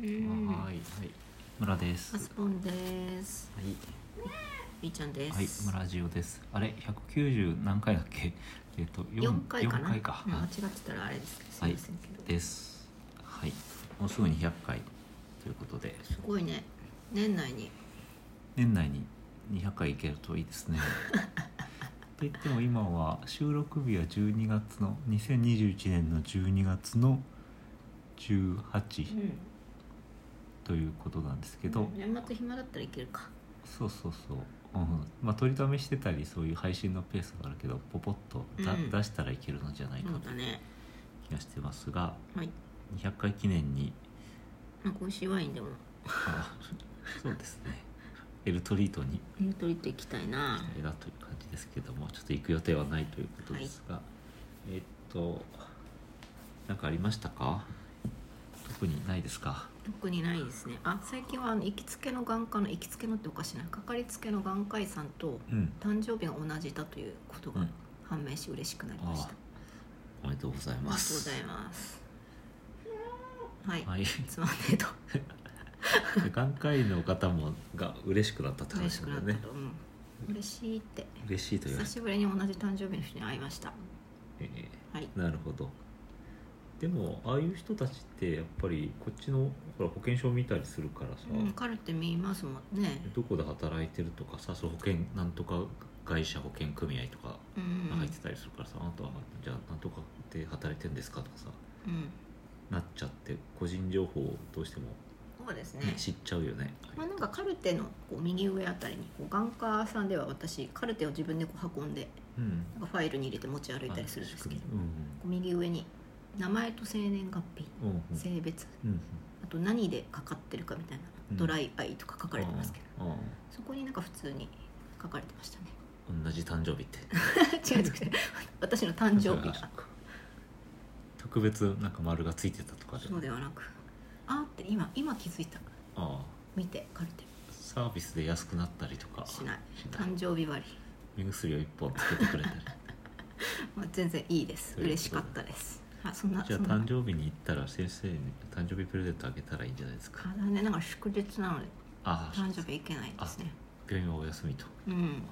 うんはいはい村ですアスポンです。はいみーちゃんです。はい村ジオですあれ190何回だっけ えっと四四回か四な。回かうん間は違いってたらあれですけど、すいませんけど。ですはいもうすぐに100回ということですごいね。年内に。年内に200回いけるといいで すねといっても今は収録日は12月の2021年の12月のう18ん。ということなんですけど、年末暇だったらいけるか。そうそうそう、うん、まあ取りためしてたりそういう配信のペースがあるけどポポッとだ、うん出したらいけるのじゃないかそうとだね。気がしてますがはい。 200回記念にまあ、今週ワインでも。あそうです ねエルトリートにエントリーと行きたいな。あれだという感じですけどもちょっと行く予定はないということですが、えーっと何かありましたか特にないですか特にないですね。あ、最近はあの行きつけの眼科の行きつけのっておかしいな。かかりつけの眼科医さんとうん誕生日が同じだということうがん判明し嬉しくなりましあた。おめでとうございありがまとうごすざいます。はい。はいつまんねえと。眼科医の方もが嬉しくなったって嬉話しくななんっだたねと、うん、嬉しいって嬉しいという久しぶりに同じ誕生日の人に会いましたえはいーなるほどでもああいう人たちってやっぱりこっちのほら保険証見たりするからさ、うん、カルテ見ますもんねどこで働いてるとかさその保険なんとか会社保険組合とかうんうん入ってたりするからさ、あなたはじゃあなんとかで働いてるんですかとかさうんなっちゃって個人情報をどうしても、そうですねね知っちゃうよね、まあ、なんかカルテのこう右上あたりにこう眼科さんでは私カルテを自分でこう運んでうんなんかファイルに入れて持ち歩いたりするんですけどこう右上に名前と生年月日うんうんうん性別うんうんあと何でかかってるかみたいなうんドライアイとか書かれてますけどあああそこになんか普通に書かれてましたねあ同じ誕生日って 違う違う違う私の誕生日そがうか特別なんか丸がついてたとかでそうではなくあーって今今気づいたああ見てカルテサービスで安くなったりとかしないしない誕生日割り、目薬を一本つけてくれたりまあ、全然いいですそういうことで嬉しかったです あそんなじゃあそんな誕生日に行ったら先生に誕生日プレゼントあげたらいいんじゃないですかあ残念ながら祝日なのでああ誕生日いけないですね病院はお休みとうん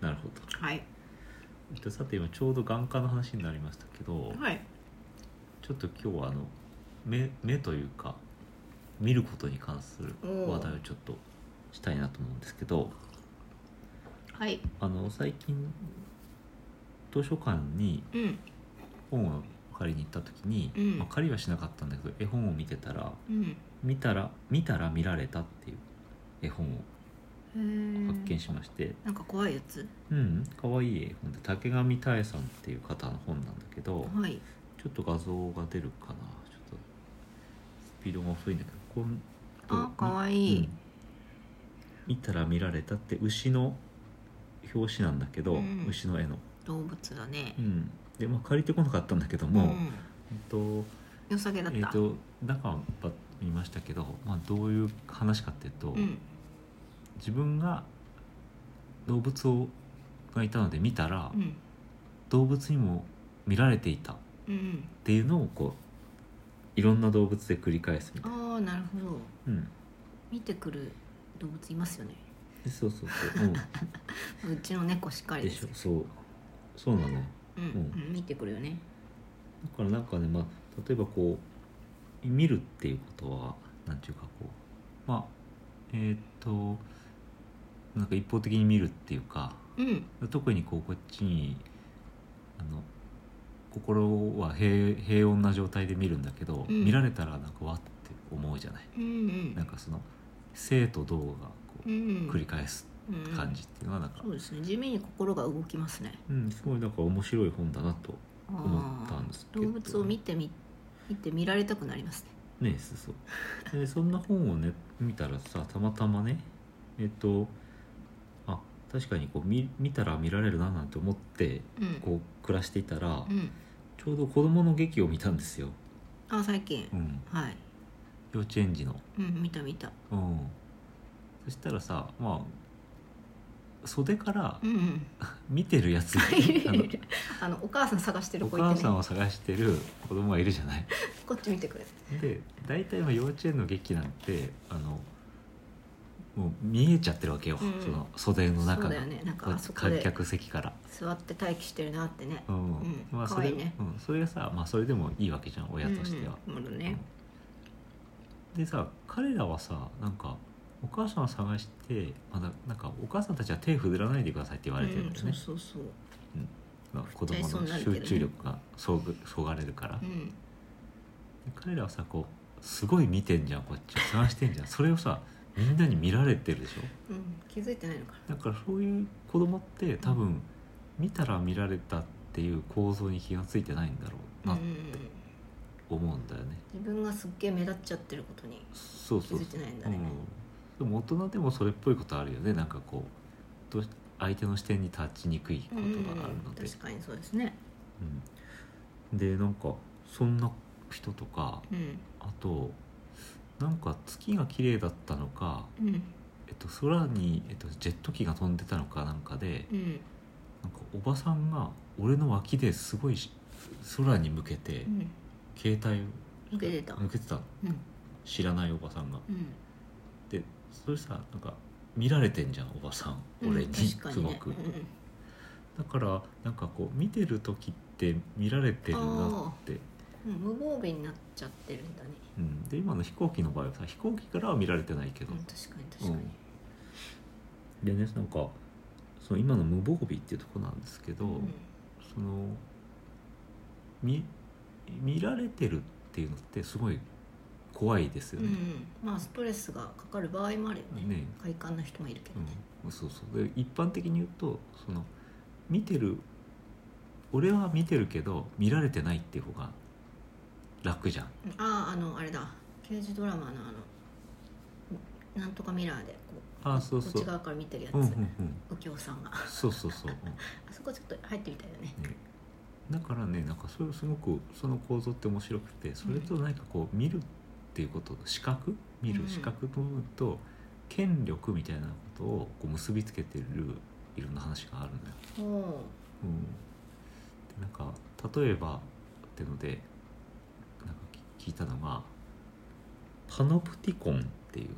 なるほどはいえっとさて今ちょうど眼科の話になりましたけど、はいちょっと今日はあの目目というか見ることに関する話題をちょっとしたいなと思うんですけどはいあの最近図書館にうん本を借りに行った時に、うんまあ、借りはしなかったんだけど絵本を見てたらうん見たら見たら見られたっていう絵本をへー発見しまして、なんか怖いやつうん、可愛い絵本で竹上妙さんっていう方の本なんだけど、はいちょっと画像が出るかなちょっとスピードが遅いんだけどこんあと可愛いうん見たら見られたって牛の表紙なんだけど、うん牛の絵の、動物だねうん、でまあ借りてこなかったんだけども、んえっと良さげだった、えっと中はば見ましたけど、まあ、どういう話かっていうと、うん自分が動物をがいたので見たら、うん動物にも見られていたっうんていうのをこういろんな動物で繰り返すみたいな、ああなるほどうん、見てくる動物いますよねでそう そうそう、ううちの猫しっかん、りででしすょそうそうなのようん、ううん見てくるよねだからなんかね、まあ、例えばこう見るっていうことはなんていうかこうまあえーっとなんか一方的に見るっていうかうん特にこうこっちにあの心は平平穏な状態で見るんだけど、うん見られたらなんかわって思うじゃないうんうんなんかその生と動がこううん繰り返す感じっていうのはなんかうん、、そうですね地味に心が動きますねうん、すごいなんか面白い本だなと思ったあんですーけ動ど物を見てみ見て見られたくなりますねねそうそうでそんな本をね見たらさたまたまねえっとあ確かにこう見見たら見られるななんて思ってうんこう暮らしていたら、うんちょうど子供の劇を見たんですよ、あー最近うん、はい幼稚園児の、うん見た見たうん、そしたらさまあ袖からうんうん見てる やつがあのあのお母さん探してるお子いてね母さんを探してる子供がいるじゃないこっち見てくれで大体まあ幼稚園の劇なんてあのもう見えちゃってるわけよ、うんその袖の中そうだが、よねなんかあそこ観で客席から、座って待機してるなってねうんんまあ、可それ愛いねうん、それがさ、まあ、それでもいいわけじゃん親としては。うんうんなるほどねうんでさ彼らはさなんかお母さんを探して、まあ、ななんかお母さんたちは手振らないでくださいって言われてるんだようんね、そうそうそうまあ子絶対そ供うのなるけどね集中力がそぐそがれるから、うでん彼らはさこうすごい見てんじゃんこっちを探してんじゃんそれをさみんなに見られてるでしょうん気づいてないのかなだからそういう子供って多分見たら見られたっていう構造に気が付いてないんだろうなうんうんうん思うんだよね、自分がすっげえ目立っちゃってることにそう気そうづいそうてないんだねうん、でも大人でもそれっぽいことあるよねなんかこうどうし相手の視点に立ちにくいことうんがあるので、確かにそうですねうんでなんかそんな人とかうんあとなんか月が綺麗だったのか、うんえっと、空に、えっと、ジェット機が飛んでたのかなんかでうんなんかおばさんが俺の脇ですごいし空に向けてうん携帯抜けてたを向けてたうん知らないおばさんが。うんでそれさなんか見られてんじゃんおばさん俺に,、うんす確かにごねく、うんうんだからなんかこう見てる時って見られてるなって、うん無防備になっちゃってるんだね、うん、で今の飛行機の場合はさ飛行機からは見られてないけどうん、、確かに確かに、でねなんかその今の無防備っていうとこなんですけど、うんその見見られてるっていうのってすごい怖いですようんうね。んまあストレスがかかる場合もあるよねね快感な人もいるけどね、うん、そうそうで一般的に言うとその見てる俺は見てるけど見られてないっていう方が楽じゃんうんあああのあれだ刑事ドラマのあのなんとかミラーでこうあそうそうこっち側から見てるやつ、うんうんうん右京さんがあそうそうそう、うんそこちょっと入ってみたいよねね、だからねなんかそれすごくその構造って面白くてそれと何かこう見るっていうこと視覚見るうん視覚の部分と権力みたいなことをこう結びつけてるいろんな話があるんだよおおうん、でなんか例えばってのでなんかき聞いたのがパノプティコンっていう、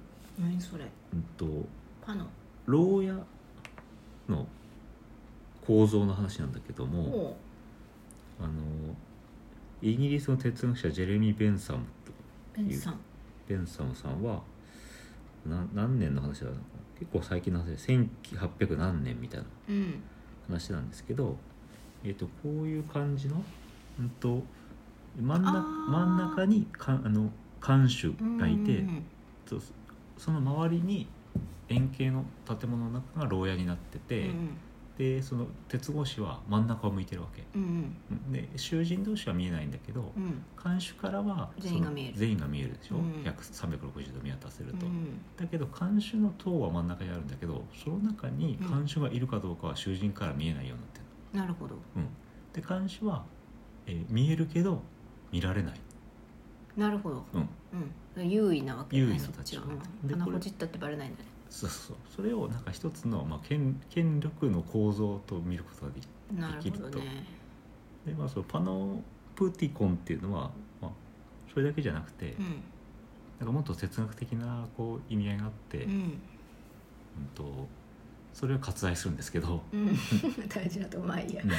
何それうん、とパノ牢屋の構造の話なんだけどおもおあのイギリスの哲学者ジェレミー・ベンサムとベンさんベンサムさんはな何年の話だろうな結構最近の話で1800何年みたいなうん話なんですけど、えー、とこういう感じの、うん、と真ん中あー真ん中にかあの看守がいて、うんそうその周りに円形の建物の中が牢屋になってうて、んでその鉄格子は真ん中を向いてるわけうんうんうんで囚人同士は見えないんだけど、うんうん看守からはその全員が見える全員が見えるでしょ、うん約360度見渡せると、うんだけど看守の塔は真ん中にあるんだけどその中に看守がいるかどうかは囚人から見えないようになってるなるほどで監視は、えー見えるけど見られない、なるほどうん、うん、優位なわけだね優位なそっちは、立場うん、で鼻これほじったってバレないんだねそうそうそうそれをなんか一つの、まあ、権権力の構造と見ることができなるできほるどとねで、まあ、そのパノプティコンっていうのは、まあ、それだけじゃなくて、うんなんかもっと哲学的なこう意味合いがあって、ううんんとそれは割愛するんですけど、うん 大事だとまあいいやうん、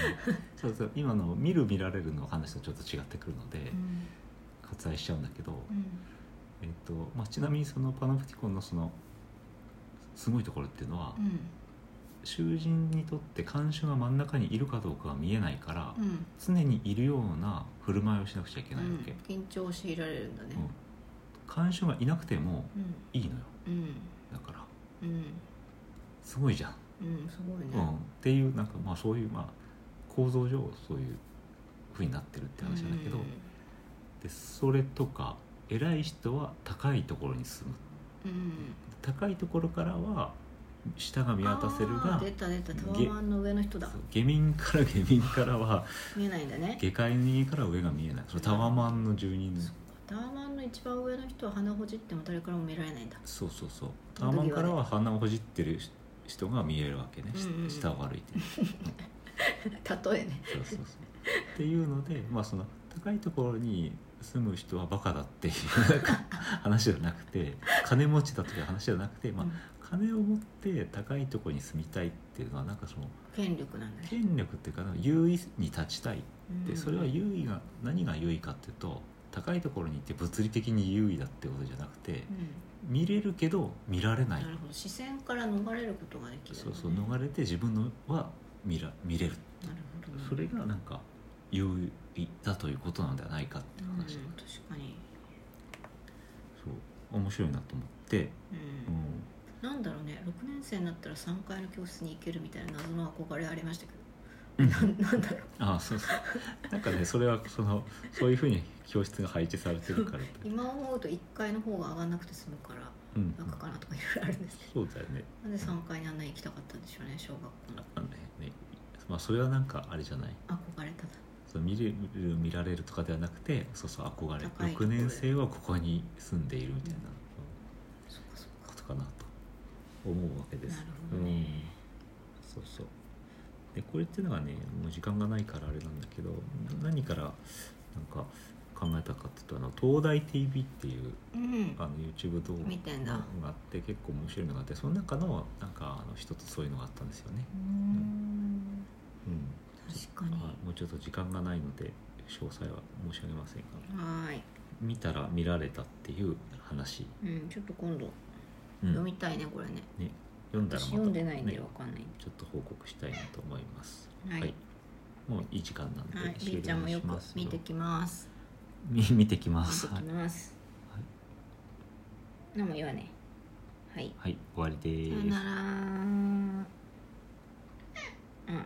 そうそう今の見る見られるの話とちょっと違ってくるので、うん割愛しちゃうんだけど、うんえっとまあ、ちなみにそのパノプティコンのそのすごいところっていうのは、うん囚人にとって看守が真ん中にいるかどうかは見えないから、うん常にいるような振る舞いをしなくちゃいけないわけ、うん緊張を強いられるんだね看守がいなくてもうんいいのようんだからうんすごいじゃん、うんすごいねうん、っていうなんかまあそういう、まあ、構造上そういうふうになってるって話なんだけど、でそれとか偉い人は高いところに住むうんうん高いところからは下が見渡せるあがー出た出たげタワマンの上の人だそう下民から下民からは見えないんだね下界にから上が見えないそれタワマンの住人のタワマンの一番上の人は鼻ほじっても誰からも見られないんだ そうそうそうタワマンからは鼻をほじってるし人が見えるわけね、しうんうんうん下を歩いてる例えねそうそうそうっていうのでまあその高いところに住む人はバカだっていうなんか話じゃなく て金持ちだという話じゃなくて、まあうん、金を持って高いところに住みたいっていうのはなんかその権力なんだね、権力っていうか優位に立ちたいうんでそれは優位が何が優位かっていうと高いところに行って物理的に優位だってことじゃなくてう、見れるけど見られなんいなるほど視線から逃れることができる、ね、そうそう逃れて自分のは見ら見れるなるほどねそれがなんか優位だということなんではないかってう、いうん話、確かに、そう面白いなと思って、ううんん、なんだろうね6年生になったら3階の教室に行けるみたいな謎の憧れありましたけうんど、ななんだろうああそうそう なんかねそれはそのそういうふうに教室が配置されてるから、 今思うと1階の方が上がらなくて済むからうんうん、楽かなとかいろいろあるんですけそうだよねどなんで3階にあんなに行きたかったんでしょうね小学校のあのねねまあそれはなんかあれじゃない憧れただその見れる見られるとかではなくてそうそう憧れ高いとこ6ろで年生はここに住んでいるみたいなそうかそうこかとかなと思うわけですなるほどねうん、そうそうでこれっていうのがねもう時間がないからあれなんだけどな何からなんか考えたかっていうとあの東大 TV っていううんあの YouTube 動見てん画だがあって結構面白いのがあってその中のなんかあの一つそういうのがあったんですよね、うんうん、確かにあもうちょっと時間がないので詳細は申し上げませんがはーい、見たら見られたっていう話、うん、ちょっと今度うん読みたいねこれねね、読んだら私また、読んでないんでねわかんないんでちょっと報告したいなと思いますはい、はいもういい時間なんではい、終り了ーちゃんもよくします見てきます。み見てきま見すてはきい、ます。はい何も言わねえ。はい。はい終わりでさよすなら。うん。